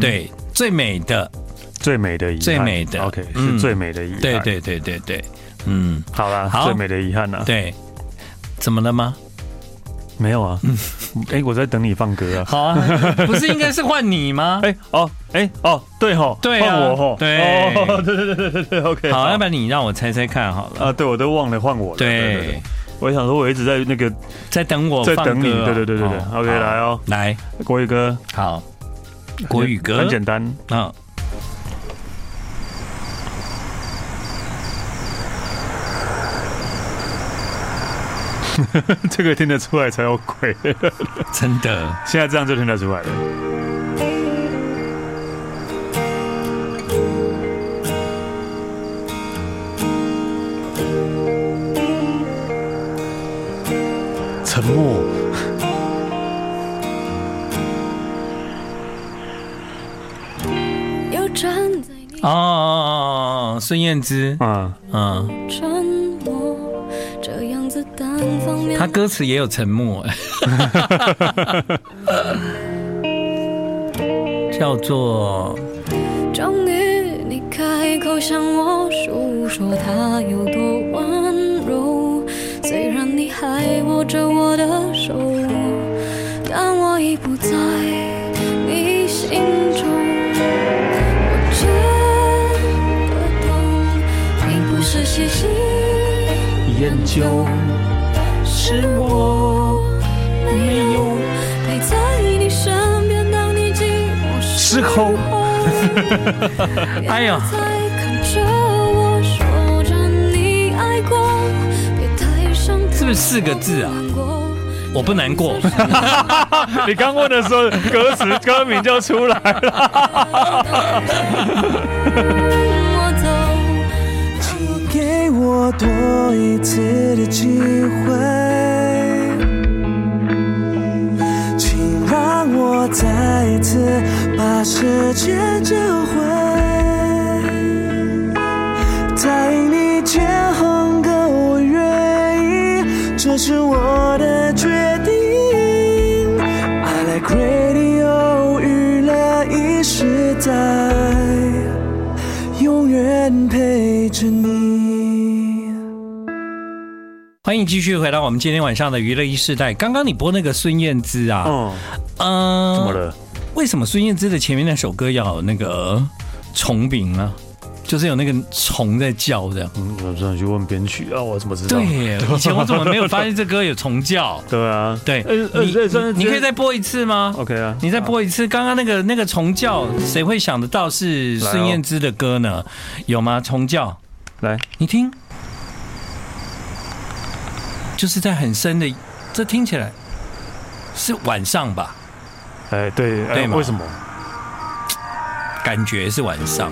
[SPEAKER 1] 对，最美的，
[SPEAKER 2] 最美的遗憾，
[SPEAKER 1] 最美的
[SPEAKER 2] OK
[SPEAKER 1] 嗯
[SPEAKER 2] 是最美的遗憾。
[SPEAKER 1] 对，对对对对，嗯，
[SPEAKER 2] 好啦，
[SPEAKER 1] 好
[SPEAKER 2] 最美的遗憾啊，
[SPEAKER 1] 对，怎么了吗？
[SPEAKER 2] 没有啊，
[SPEAKER 1] 嗯
[SPEAKER 2] 哎，我在等你放歌啊。
[SPEAKER 1] 好啊， 不是应该是换你吗？
[SPEAKER 2] 哎哦，哎哦，对吼，
[SPEAKER 1] 对啊
[SPEAKER 2] 换我吼，
[SPEAKER 1] 对
[SPEAKER 2] 哦对对对对对，OK，
[SPEAKER 1] 好，要不然你让我猜猜看好了。
[SPEAKER 2] 啊，对我都忘了换我了，
[SPEAKER 1] 对，，
[SPEAKER 2] 我想说我一直在那个
[SPEAKER 1] 在等我
[SPEAKER 2] 在
[SPEAKER 1] 放
[SPEAKER 2] 等你，
[SPEAKER 1] 歌哦
[SPEAKER 2] 对对对对对
[SPEAKER 1] 好
[SPEAKER 2] ，OK，
[SPEAKER 1] 好
[SPEAKER 2] 来哦，
[SPEAKER 1] 来，
[SPEAKER 2] 国语歌，
[SPEAKER 1] 好，国语歌
[SPEAKER 2] 很简单，
[SPEAKER 1] 嗯，
[SPEAKER 2] 这个听得出来才有鬼，
[SPEAKER 1] 真的，
[SPEAKER 2] 现在这样就听得出来了。沉默。
[SPEAKER 4] 又站在你
[SPEAKER 1] 哦哦哦，哦孙燕姿，
[SPEAKER 2] 嗯，
[SPEAKER 1] 嗯，
[SPEAKER 4] 沉默，这样子单方面
[SPEAKER 1] 她。歌词也有沉默， 叫做
[SPEAKER 4] 终于你开口向我诉说他有多温柔，虽然你还握着我的手，但我已不在你心中。我真的懂，你不是喜新厌旧，是我没有陪在你身边，当你寂寞时候。
[SPEAKER 1] 哎呀
[SPEAKER 4] 别再看着我说着你爱过，别太伤痛
[SPEAKER 1] 是不是四个字啊？我不难 过，
[SPEAKER 2] 你刚问的时候，歌词歌名就出来 了。
[SPEAKER 4] 我走。
[SPEAKER 3] 请给我多一次的机会，请让我再一次把时间找回，在你前后跟我约一，这是我的决定。I like radio 娱乐一时代。永远陪着你。
[SPEAKER 1] 欢迎继续回到我们今天晚上的娱乐一世代。刚刚你播那个孙燕姿啊，
[SPEAKER 2] 嗯，
[SPEAKER 1] 嗯，
[SPEAKER 2] 怎么？了？
[SPEAKER 1] 为什么孙燕姿的前面那首歌要有那个虫鸣呢？就是有那个虫在叫这样。
[SPEAKER 2] 嗯，我想去问编曲啊，我怎么知道？
[SPEAKER 1] 对耶，以前我怎么没有发现这歌有虫叫？
[SPEAKER 2] 对啊，
[SPEAKER 1] 对，
[SPEAKER 2] 呃 呃
[SPEAKER 1] 你
[SPEAKER 2] 这算是
[SPEAKER 1] 你你可以再播一次吗？
[SPEAKER 2] OK 啊，
[SPEAKER 1] 你再播一次，刚刚那个那个虫叫，谁会想得到是
[SPEAKER 2] 来哦
[SPEAKER 1] 孙燕姿的歌呢？有吗？虫叫，
[SPEAKER 2] 来，
[SPEAKER 1] 你听，就是在很深的，这听起来是晚上吧？
[SPEAKER 2] 哎，对，哎
[SPEAKER 1] 对嘛
[SPEAKER 2] 为什么？
[SPEAKER 1] 感觉是晚 上。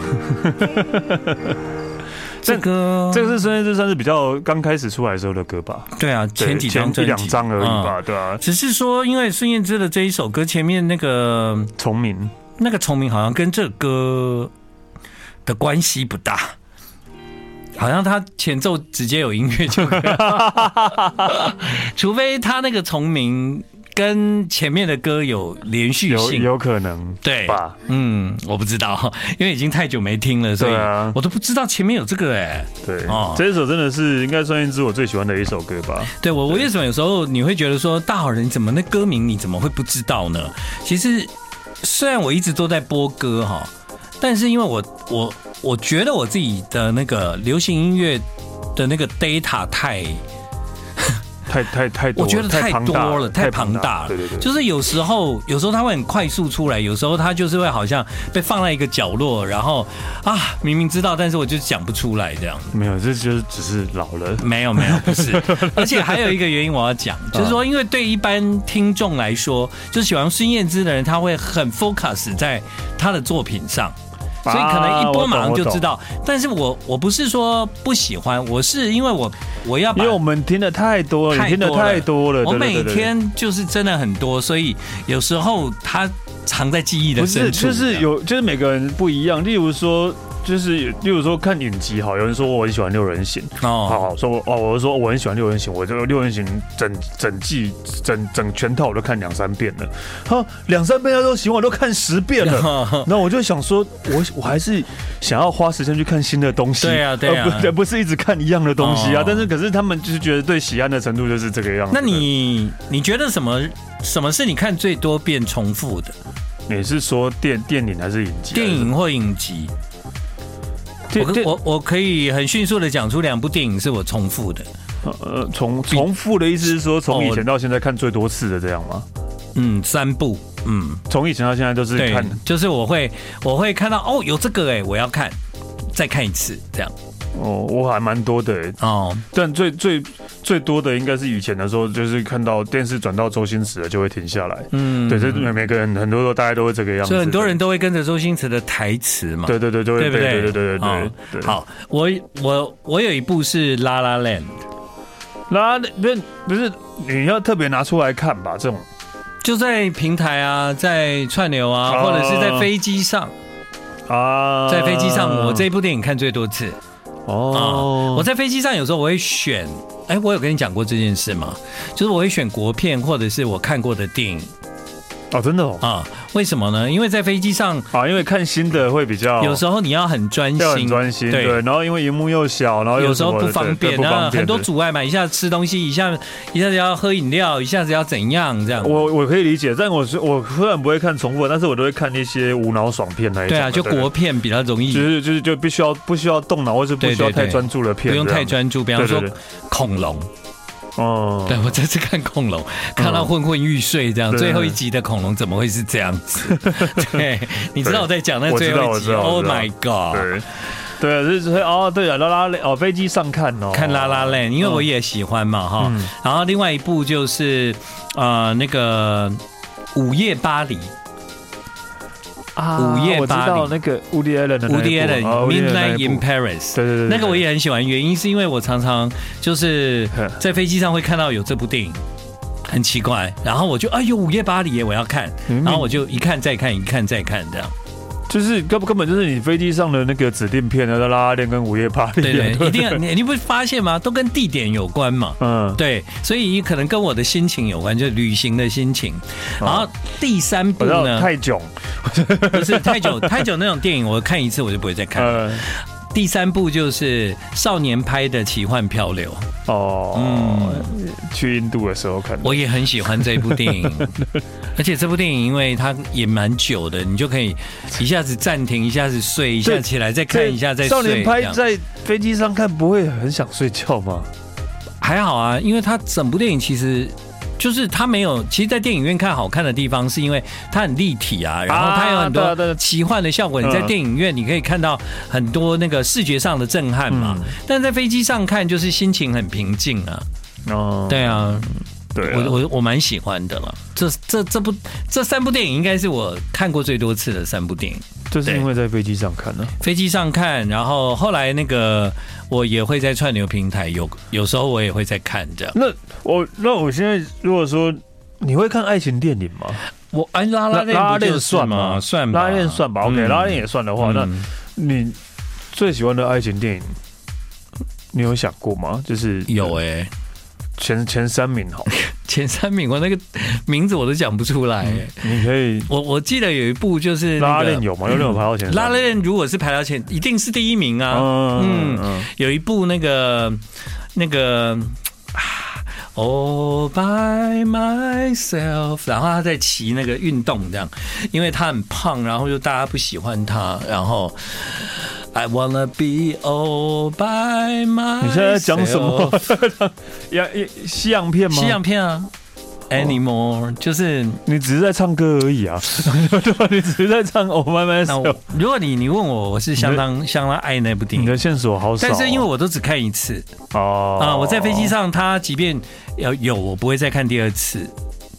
[SPEAKER 1] 这歌，
[SPEAKER 2] 这个是孙燕姿算是比较刚开始出来的时候的歌吧，
[SPEAKER 1] 对啊，
[SPEAKER 2] 对
[SPEAKER 1] 前几张
[SPEAKER 2] 前
[SPEAKER 1] 专辑
[SPEAKER 2] 一两张而已吧，
[SPEAKER 1] 嗯
[SPEAKER 2] 对啊，
[SPEAKER 1] 只是说，因为孙燕姿的这一首歌前面那个
[SPEAKER 2] 崇明，
[SPEAKER 1] 那个虫鸣好像跟这歌的关系不大，好像他前奏直接有音乐就可以， 除非他那个虫鸣跟前面的歌有连续
[SPEAKER 2] 有
[SPEAKER 1] 性。
[SPEAKER 2] 有可能
[SPEAKER 1] 对
[SPEAKER 2] 吧？
[SPEAKER 1] 嗯，我不知道，因为已经太久没听了，所以
[SPEAKER 2] 对啊
[SPEAKER 1] 我都不知道前面有这个哎、
[SPEAKER 2] 对
[SPEAKER 1] 哦，
[SPEAKER 2] 这一首真的是应该孙燕姿我最喜欢的一首歌吧？
[SPEAKER 1] 对我，我为什么有时候你会觉得说大好人怎么那歌名你怎么会不知道呢？其实虽然我一直都在播歌哈，但是因为我我我觉得我自己的那个流行音乐的那个 data 太
[SPEAKER 2] 太太太多
[SPEAKER 1] 我
[SPEAKER 2] 了，
[SPEAKER 1] 觉得太
[SPEAKER 2] 庞大
[SPEAKER 1] 多了，太庞大了。
[SPEAKER 2] 对对对，
[SPEAKER 1] 就是有时候，有时候它会很快速出来，有时候它就是会好像被放在一个角落，然后啊，明明知道，但是我就讲不出来这样。
[SPEAKER 2] 没有，这就是只是老了。
[SPEAKER 1] 没有没有，不 是。而且还有一个原因我要讲，
[SPEAKER 2] 啊
[SPEAKER 1] 就是说，因为对一般听众来说，就喜欢孙燕姿的人，他会很 focus 在她的作品上。所以可能一播马上就知
[SPEAKER 2] 啊
[SPEAKER 1] 道，但是我我不是说不喜欢，我是因为我我要把
[SPEAKER 2] 因为我们听的太多了，你
[SPEAKER 1] 太
[SPEAKER 2] 听的
[SPEAKER 1] 多
[SPEAKER 2] 太多了。
[SPEAKER 1] 我
[SPEAKER 2] 对对
[SPEAKER 1] 每
[SPEAKER 2] 对对对
[SPEAKER 1] 天就是真的很多，所以有时候它藏在记忆的
[SPEAKER 2] 不是
[SPEAKER 1] 深处。
[SPEAKER 2] 就是有就是每个人不一样。例如说，就是例如说看影集好，有人说哦我很喜欢六人行，好
[SPEAKER 1] 哦，
[SPEAKER 2] 好说我哦，我就说我很喜欢六人行，我就六人行整整季整整全套我都看两三遍了。好，两三遍他都行，我都看十遍了。 那我就想说，我我还是想要花时间去看新的东西，
[SPEAKER 1] 对啊对啊
[SPEAKER 2] 而不不是一直看一样的东西啊。
[SPEAKER 1] 哦
[SPEAKER 2] 但是可是他们就是觉得对喜欢的程度就是这个样子的。
[SPEAKER 1] 那你你觉得什么什么是你看最多遍重复的
[SPEAKER 2] 你是说电电影还是影集？啊
[SPEAKER 1] 电影或影集？我
[SPEAKER 2] 电
[SPEAKER 1] 可
[SPEAKER 2] 电
[SPEAKER 1] 我我可以很迅速的讲出两部电影是我重复的。
[SPEAKER 2] 呃重重复的意思是说从以
[SPEAKER 1] 哦
[SPEAKER 2] 前到现在看最多次的这样吗？
[SPEAKER 1] 嗯，三部，嗯，
[SPEAKER 2] 从以前到现在都是
[SPEAKER 1] 对
[SPEAKER 2] 看，
[SPEAKER 1] 就是我会我会看到哦，有这个哎、我要看，再看一次这样
[SPEAKER 2] 哦，我还蛮多的欸、
[SPEAKER 1] 哦，
[SPEAKER 2] 但最最最多的应该是以前的时候，就是看到电视转到周星驰了就会停下来。
[SPEAKER 1] 嗯，
[SPEAKER 2] 对，这每每个人很多都大家都会这个样子，
[SPEAKER 1] 所以很多人都会跟着周星驰的台词嘛，
[SPEAKER 2] 对对对对
[SPEAKER 1] 对不对？
[SPEAKER 2] 对对对对
[SPEAKER 1] 哦
[SPEAKER 2] 对对。，
[SPEAKER 1] 好，我我我有一部是《La La Land》，
[SPEAKER 2] 那不是不是你要特别拿出来看吧？这种
[SPEAKER 1] 就在平台啊，在串流啊，
[SPEAKER 2] 哦
[SPEAKER 1] 或者是在飞机上，
[SPEAKER 2] 啊，
[SPEAKER 1] 在飞机上，我这部电影看最多次啊。
[SPEAKER 2] 哦
[SPEAKER 1] 我，在飞机上有时候我会选，哎，我有跟你讲过这件事吗？就是我会选国片或者是我看过的电影
[SPEAKER 2] 哦真的哦
[SPEAKER 1] 啊。为什么呢？因为在飞机上
[SPEAKER 2] 啊，因为看新的会比较
[SPEAKER 1] 有时候你要很专
[SPEAKER 2] 要很
[SPEAKER 1] 心，
[SPEAKER 2] 专心，对，
[SPEAKER 1] 对。
[SPEAKER 2] 然后因为荧幕又小，然后又
[SPEAKER 1] 有时候
[SPEAKER 2] 什么的
[SPEAKER 1] 不方
[SPEAKER 2] 对
[SPEAKER 1] 便，
[SPEAKER 2] 不
[SPEAKER 1] 然后
[SPEAKER 2] 方便
[SPEAKER 1] 很多
[SPEAKER 2] 对
[SPEAKER 1] 阻碍嘛，一下子吃东西，一下一下子要喝饮料，一下子要怎样这样。
[SPEAKER 2] 我我可以理解，但我是我虽然不会看重复的，但是我都会看一些无脑爽片那一种
[SPEAKER 1] 对
[SPEAKER 2] 的。
[SPEAKER 1] 啊，就国片比较容易
[SPEAKER 2] 就，是就是就必须要不需要动脑，或是不需
[SPEAKER 1] 对
[SPEAKER 2] 要
[SPEAKER 1] 对对
[SPEAKER 2] 太专注的
[SPEAKER 1] 不
[SPEAKER 2] 片，
[SPEAKER 1] 用太
[SPEAKER 2] 这样。
[SPEAKER 1] 专注。比方说
[SPEAKER 2] 对对
[SPEAKER 1] 恐龙，
[SPEAKER 2] 哦，嗯
[SPEAKER 1] 对我这次看恐龙，看到昏昏欲睡这样。
[SPEAKER 2] 对
[SPEAKER 1] 最后一集的恐龙怎么会是这样 子？对，你知道我在讲那
[SPEAKER 2] 我知
[SPEAKER 1] 最
[SPEAKER 2] 道
[SPEAKER 1] 后
[SPEAKER 2] 我
[SPEAKER 1] 一
[SPEAKER 2] 知
[SPEAKER 1] 集
[SPEAKER 2] 道我
[SPEAKER 1] ？Oh
[SPEAKER 2] 知道
[SPEAKER 1] my god！
[SPEAKER 2] 对对，就是哦，对了，拉拉蕾哦，飞机上看哦，
[SPEAKER 1] 看拉拉链，因为我也喜欢嘛哈。
[SPEAKER 2] 嗯
[SPEAKER 1] 然后另外一部就是呃那个《午夜巴黎》
[SPEAKER 2] 啊，
[SPEAKER 1] 午夜
[SPEAKER 2] 我知
[SPEAKER 1] 巴黎
[SPEAKER 2] 道那个 Woody Allen 的那一部
[SPEAKER 1] （Woody Allen
[SPEAKER 2] 哦 Woody Allen 那
[SPEAKER 1] Midnight
[SPEAKER 2] 一
[SPEAKER 1] in
[SPEAKER 2] 部
[SPEAKER 1] Paris）。
[SPEAKER 2] 对对对，对
[SPEAKER 1] 那个我也很喜欢，原因是因为我常常就是
[SPEAKER 2] 呵
[SPEAKER 1] 在飞机上会看到有这部电影，很奇怪，然后我就哎呦午夜巴黎耶，我要看，
[SPEAKER 2] 嗯
[SPEAKER 1] 然后我就一看再看，一看再看这样，
[SPEAKER 2] 就是根根本就是你飞机上的那个指定片的啊拉拉链跟午夜巴黎，啊
[SPEAKER 1] 对对，一定要你你不发现吗？都跟地点有关嘛。
[SPEAKER 2] 嗯，
[SPEAKER 1] 对，所以可能跟我的心情有关，就旅行的心情。然后第三部
[SPEAKER 2] 哦我知道
[SPEAKER 1] 呢，
[SPEAKER 2] 泰囧，
[SPEAKER 1] 不是太 久太久那种电影，我看一次我就不会再看。
[SPEAKER 2] 嗯，
[SPEAKER 1] 第三部就是少年拍的《奇幻漂流》，
[SPEAKER 2] 哦，去印度的时候看的，
[SPEAKER 1] 嗯我也很喜欢这部电 影，而且这部电影因为它也蛮久的，你就可以一下子暂停，一下子睡，一下起来再看一下，再
[SPEAKER 2] 少年
[SPEAKER 1] 睡。这
[SPEAKER 2] 拍
[SPEAKER 1] 样
[SPEAKER 2] 在飞机上看不会很想睡觉吗？
[SPEAKER 1] 还好啊，因为它整部电影其实。就是它没有，其实，在电影院看好看的地方，是因为它很立体啊，然后它有很
[SPEAKER 2] 对啊对啊
[SPEAKER 1] 多奇幻的效果。你在
[SPEAKER 2] 嗯
[SPEAKER 1] 电影院你可以看到很多那个视觉上的震撼嘛，
[SPEAKER 2] 嗯
[SPEAKER 1] 但在飞机上看就是心情很平静啊。
[SPEAKER 2] 哦，
[SPEAKER 1] 对啊，
[SPEAKER 2] 对啊
[SPEAKER 1] 我我我蛮喜欢的了。这这这部这三部电影应该是我看过最多次的三部电影。
[SPEAKER 2] 就是
[SPEAKER 1] 对
[SPEAKER 2] 因为在飞机上看呢、
[SPEAKER 1] 飞机上看，然后后来那个我也会在串流平台有，有时候我也会在看这样。
[SPEAKER 2] 那我那我现在如果说你会看爱情电影吗？
[SPEAKER 1] 我哎拉拉链不就是
[SPEAKER 2] 算
[SPEAKER 1] 吗？算吧
[SPEAKER 2] 拉链算吧。OK，、
[SPEAKER 1] 嗯
[SPEAKER 2] 拉链也算的话，
[SPEAKER 1] 嗯
[SPEAKER 2] 那你最喜欢的爱情电影，你有想过吗？就是
[SPEAKER 1] 有哎、
[SPEAKER 2] 前前三 名好了，
[SPEAKER 1] 前三名我那个名字我都讲不出来、哎
[SPEAKER 2] 你可以
[SPEAKER 1] 我我记得有一部就是、那
[SPEAKER 2] 嗯拉
[SPEAKER 1] 个、
[SPEAKER 2] 链有吗？有没有排到前三名？
[SPEAKER 1] 拉拉链如果是排到前，一定是第一名啊。
[SPEAKER 2] 嗯嗯嗯，
[SPEAKER 1] 有一部那个那个。啊 All by myself，然后他在骑那个运动这样，因为他很胖，然后就大家不喜欢他，然后 I wanna be all by my。
[SPEAKER 2] 你现在在讲什么？洋西洋片吗？哦
[SPEAKER 1] 西洋片啊，Anymore，、就是
[SPEAKER 2] 你只是在唱歌 而已啊，对吧？你只是在唱《Oh My My
[SPEAKER 1] 那
[SPEAKER 2] Self》
[SPEAKER 1] 我。如果你你问我，我是相当相当爱那部电
[SPEAKER 2] 你的
[SPEAKER 1] 影，
[SPEAKER 2] 线索好少哦、
[SPEAKER 1] 但是因为我都只看一次
[SPEAKER 2] 哦
[SPEAKER 1] 啊、我在飞机上，它即便要有，我不会再看第二次。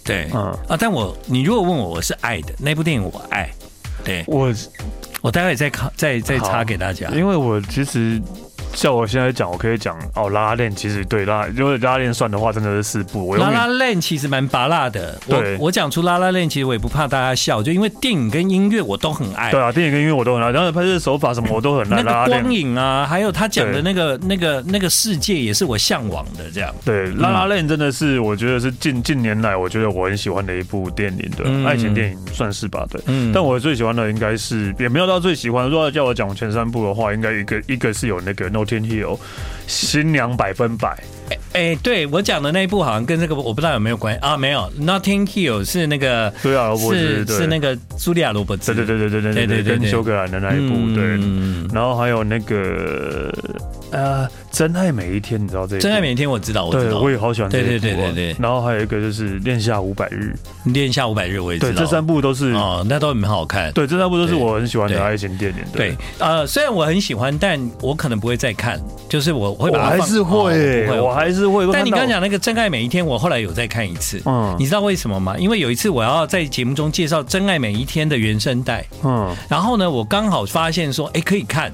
[SPEAKER 1] 对，
[SPEAKER 2] 嗯
[SPEAKER 1] 啊，但我你如果问我，我是爱的那部电影，我爱。对，
[SPEAKER 2] 我
[SPEAKER 1] 我待会再看再再
[SPEAKER 2] 好
[SPEAKER 1] 插给大家。
[SPEAKER 2] 因为我其实像我现在讲，我可以讲哦，拉拉链其实对拉，如果拉链算的话，真的是四部。我永
[SPEAKER 1] 拉
[SPEAKER 2] 远
[SPEAKER 1] 拉链其实蛮拔辣的，我
[SPEAKER 2] 对
[SPEAKER 1] 我讲出拉拉链，其实我也不怕大家笑，就因为电影跟音乐我都很爱
[SPEAKER 2] 对。啊，电影跟音乐我都很爱，然后拍摄手法什么我都很
[SPEAKER 1] 那
[SPEAKER 2] 爱。拉
[SPEAKER 1] 个
[SPEAKER 2] 拉
[SPEAKER 1] 光
[SPEAKER 2] 链，
[SPEAKER 1] 影啊，还有他讲的
[SPEAKER 2] 对
[SPEAKER 1] 那个、那个、那个世界，也是我向往的。这样，
[SPEAKER 2] 对拉拉链真的是，我觉得是近近年来我觉得我很喜欢的一部电影的、
[SPEAKER 1] 嗯
[SPEAKER 2] 爱情电影，算是吧？对。
[SPEAKER 1] 嗯
[SPEAKER 2] 但我最喜欢的应该是，也没有到最喜欢。如果要叫我讲前三部的话，应该一个一个是有那个《No Ten Hill》，新娘百分百，
[SPEAKER 1] 哎、对我讲的那一部好像跟这个我不知道有没有关系啊？没有，Notting Hill 是那个
[SPEAKER 2] 对啊，我觉
[SPEAKER 1] 是
[SPEAKER 2] 得
[SPEAKER 1] 是那个茱莉亚·罗伯兹，
[SPEAKER 2] 对对对对对
[SPEAKER 1] 对
[SPEAKER 2] 对
[SPEAKER 1] 对
[SPEAKER 2] 对
[SPEAKER 1] 对
[SPEAKER 2] 跟修格兰的那一部，对。
[SPEAKER 1] 嗯
[SPEAKER 2] 然后还有那个呃，《真爱每一天》，你知道这一部
[SPEAKER 1] 真爱每一天我知道，我知
[SPEAKER 2] 对，
[SPEAKER 1] 道，
[SPEAKER 2] 我也好喜欢这一部啊、
[SPEAKER 1] 对对对对对
[SPEAKER 2] 然后还有一个就是《恋下五百日》，
[SPEAKER 1] 恋下五百日我也知
[SPEAKER 2] 对，
[SPEAKER 1] 道，
[SPEAKER 2] 这三部都是、
[SPEAKER 1] 哦，那都很好看。
[SPEAKER 2] 对，这三部都是
[SPEAKER 1] 对
[SPEAKER 2] 我很喜欢的
[SPEAKER 1] 对
[SPEAKER 2] 爱情电影。
[SPEAKER 1] 对，呃，虽然我很喜欢，但我可能不会再看，就是我会
[SPEAKER 2] 我
[SPEAKER 1] 把它
[SPEAKER 2] 还
[SPEAKER 1] 放
[SPEAKER 2] 是
[SPEAKER 1] 哦
[SPEAKER 2] 会，
[SPEAKER 1] 不会
[SPEAKER 2] 我还是会。
[SPEAKER 1] 但你
[SPEAKER 2] 看
[SPEAKER 1] 刚
[SPEAKER 2] 到
[SPEAKER 1] 刚讲那个《真爱每一天》，我后来有再看一次。
[SPEAKER 2] 嗯
[SPEAKER 1] 你知道为什么吗？因为有一次我要在节目中介绍《真爱每一天》的原声带，
[SPEAKER 2] 嗯，
[SPEAKER 1] 然后呢，我刚好发现说，哎，可以看，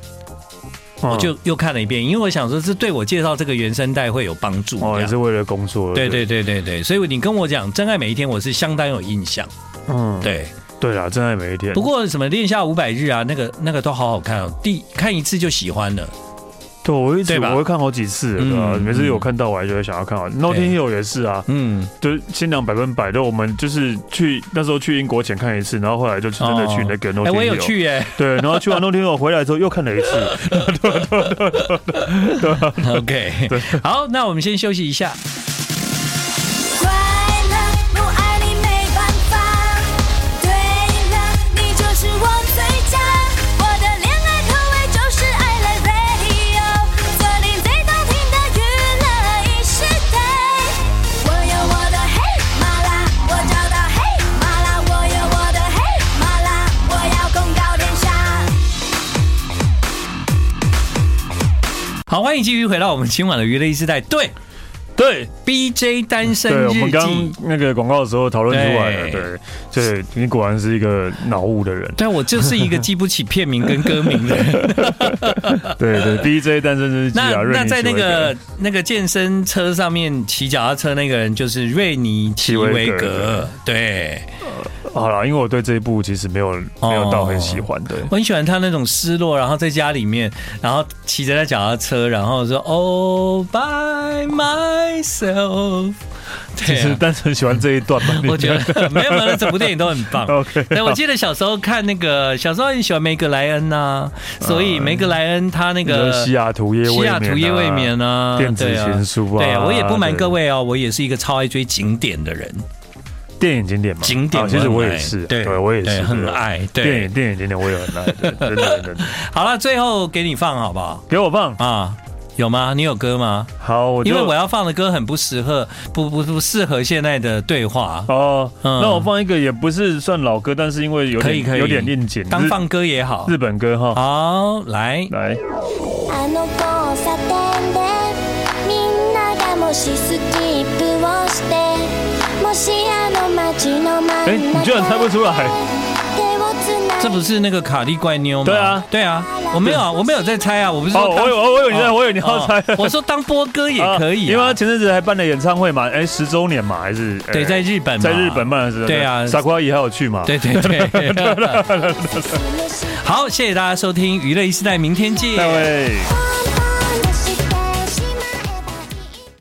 [SPEAKER 2] 我嗯
[SPEAKER 1] 我就又看了一遍，因为我想说，这对我介绍这个原声带会有帮助。
[SPEAKER 2] 哦，
[SPEAKER 1] 这
[SPEAKER 2] 也
[SPEAKER 1] 样
[SPEAKER 2] 是为了工作。
[SPEAKER 1] 对对对对对，所以你跟我讲《真爱每一天》，我是相当有印象。
[SPEAKER 2] 嗯，
[SPEAKER 1] 对，
[SPEAKER 2] 对啦，《真爱每一天》。
[SPEAKER 1] 不过什么《恋下五百日》啊，那个那个都好好看哦，第看一次就喜欢了。
[SPEAKER 2] 对，我一直
[SPEAKER 1] 对吧
[SPEAKER 2] 我会看好几次，
[SPEAKER 1] 嗯
[SPEAKER 2] 对吧？每次
[SPEAKER 1] 嗯
[SPEAKER 2] 有看到我还就会想要看好。No
[SPEAKER 1] 对
[SPEAKER 2] Ten Hill 也是啊，
[SPEAKER 1] 嗯，
[SPEAKER 2] 就是新娘百分百的，我们就是去那时候去英国前看一次，然后后来就真的去那个 No
[SPEAKER 1] 哎，
[SPEAKER 2] Ten
[SPEAKER 1] 我有
[SPEAKER 2] Hill，
[SPEAKER 1] 去 耶、
[SPEAKER 2] 对，然后去完 No Ten Hill 回来之后又看了一次。
[SPEAKER 1] OK，好，那我们先休息一下。
[SPEAKER 4] 快乐，不爱你没办法。对了，你就是我最佳，我的恋爱口味就是爱了 radio，做你最动听的娱乐一时代。我有我的嘿麻辣，我找到嘿麻辣，我有我的嘿麻辣，我要控告天下。
[SPEAKER 1] 好，欢迎继续回到我们今晚的娱乐一时代。对
[SPEAKER 2] 对，
[SPEAKER 1] ，BJ 单身
[SPEAKER 2] 对，我
[SPEAKER 1] 日
[SPEAKER 2] 们刚
[SPEAKER 1] 记。
[SPEAKER 2] 那个广告的时候讨论出来了，
[SPEAKER 1] 对。
[SPEAKER 2] 对，对你果然是一个脑雾的人
[SPEAKER 1] 对，我就是一个记不起片名跟歌名的 人。
[SPEAKER 2] 对对，DJ 单身日记
[SPEAKER 1] 呃那
[SPEAKER 2] 啊啊，瑞
[SPEAKER 1] 那
[SPEAKER 2] 尼
[SPEAKER 1] 在
[SPEAKER 2] 奇
[SPEAKER 1] 那
[SPEAKER 2] 维格
[SPEAKER 1] 个那个健身车上面骑脚踏车那个人就是瑞尼奇维
[SPEAKER 2] 奇
[SPEAKER 1] 格
[SPEAKER 2] 维格，
[SPEAKER 1] 对
[SPEAKER 2] 好了，因为我对这一部其实没有
[SPEAKER 1] 哦
[SPEAKER 2] 没有到很喜欢，对。
[SPEAKER 1] 我很喜欢他那种失落，然后在家里面，然后骑着那脚踏车，然后说 Oh by myself，
[SPEAKER 2] 只
[SPEAKER 1] 对啊
[SPEAKER 2] 是单纯喜欢这一段吧，你
[SPEAKER 1] 我觉 得没有没有，整部电影都很棒。
[SPEAKER 2] OK，
[SPEAKER 1] 对，我记得小时候看那个，小时候很喜欢梅格莱恩呐、所以梅格莱恩她那
[SPEAKER 2] 你说
[SPEAKER 1] 个
[SPEAKER 2] 西雅图啊夜未
[SPEAKER 1] 西
[SPEAKER 2] 眠、啊
[SPEAKER 1] 雅图夜未眠啊，
[SPEAKER 2] 电子
[SPEAKER 1] 对啊
[SPEAKER 2] 情书啊
[SPEAKER 1] 对我也不瞒
[SPEAKER 2] 对
[SPEAKER 1] 各位哦，我也是一个超爱追景点的人，
[SPEAKER 2] 电影景点嘛，
[SPEAKER 1] 景点
[SPEAKER 2] 啊啊其实
[SPEAKER 1] 很
[SPEAKER 2] 我
[SPEAKER 1] 爱
[SPEAKER 2] 也是，
[SPEAKER 1] 对
[SPEAKER 2] 我也
[SPEAKER 1] 对
[SPEAKER 2] 是
[SPEAKER 1] 很爱对
[SPEAKER 2] 电影电影景点我也很爱， 对真的真的真的，
[SPEAKER 1] 好了，最后给你放好不好？
[SPEAKER 2] 给我放
[SPEAKER 1] 啊，有吗？你有歌吗？
[SPEAKER 2] 好，我
[SPEAKER 1] 因为我
[SPEAKER 2] 要
[SPEAKER 1] 要放的歌很不适合，不不不适合现在的对话。
[SPEAKER 2] 哦，
[SPEAKER 1] 嗯
[SPEAKER 2] 那我放一个也不是算老歌，但是因为有
[SPEAKER 1] 可以可
[SPEAKER 2] 点
[SPEAKER 1] 以，
[SPEAKER 2] 有点应景，
[SPEAKER 1] 当
[SPEAKER 2] 日
[SPEAKER 1] 放歌也好。
[SPEAKER 2] 日本歌哈，
[SPEAKER 1] 好，来，
[SPEAKER 2] 来，
[SPEAKER 5] あの交差点でみんながもしスキップをしてもしあの街の
[SPEAKER 2] 哎，
[SPEAKER 5] 真ん
[SPEAKER 2] 你
[SPEAKER 5] 中
[SPEAKER 2] 居然猜不出来，
[SPEAKER 5] 手をつない
[SPEAKER 1] 这不是那个卡利怪妞吗？
[SPEAKER 2] 对啊，
[SPEAKER 1] 对啊，我没有啊，我没有在猜啊，我不是说
[SPEAKER 2] 哦，
[SPEAKER 1] 当
[SPEAKER 2] 我有我有你在，
[SPEAKER 1] 哦
[SPEAKER 2] 我有你要猜
[SPEAKER 1] 哦，我说当播歌也可 以啊，
[SPEAKER 2] 因为他前阵子还办了演唱会嘛，哎，十周年嘛，还是哎
[SPEAKER 1] 对，在日本嘛，
[SPEAKER 2] 在日本办的是，
[SPEAKER 1] 对啊
[SPEAKER 2] 傻瓜也还有去嘛，
[SPEAKER 1] 对对 对。好，谢谢大家收听娱乐一时代，明天见。
[SPEAKER 2] 那位。
[SPEAKER 5] 「ポンポンだし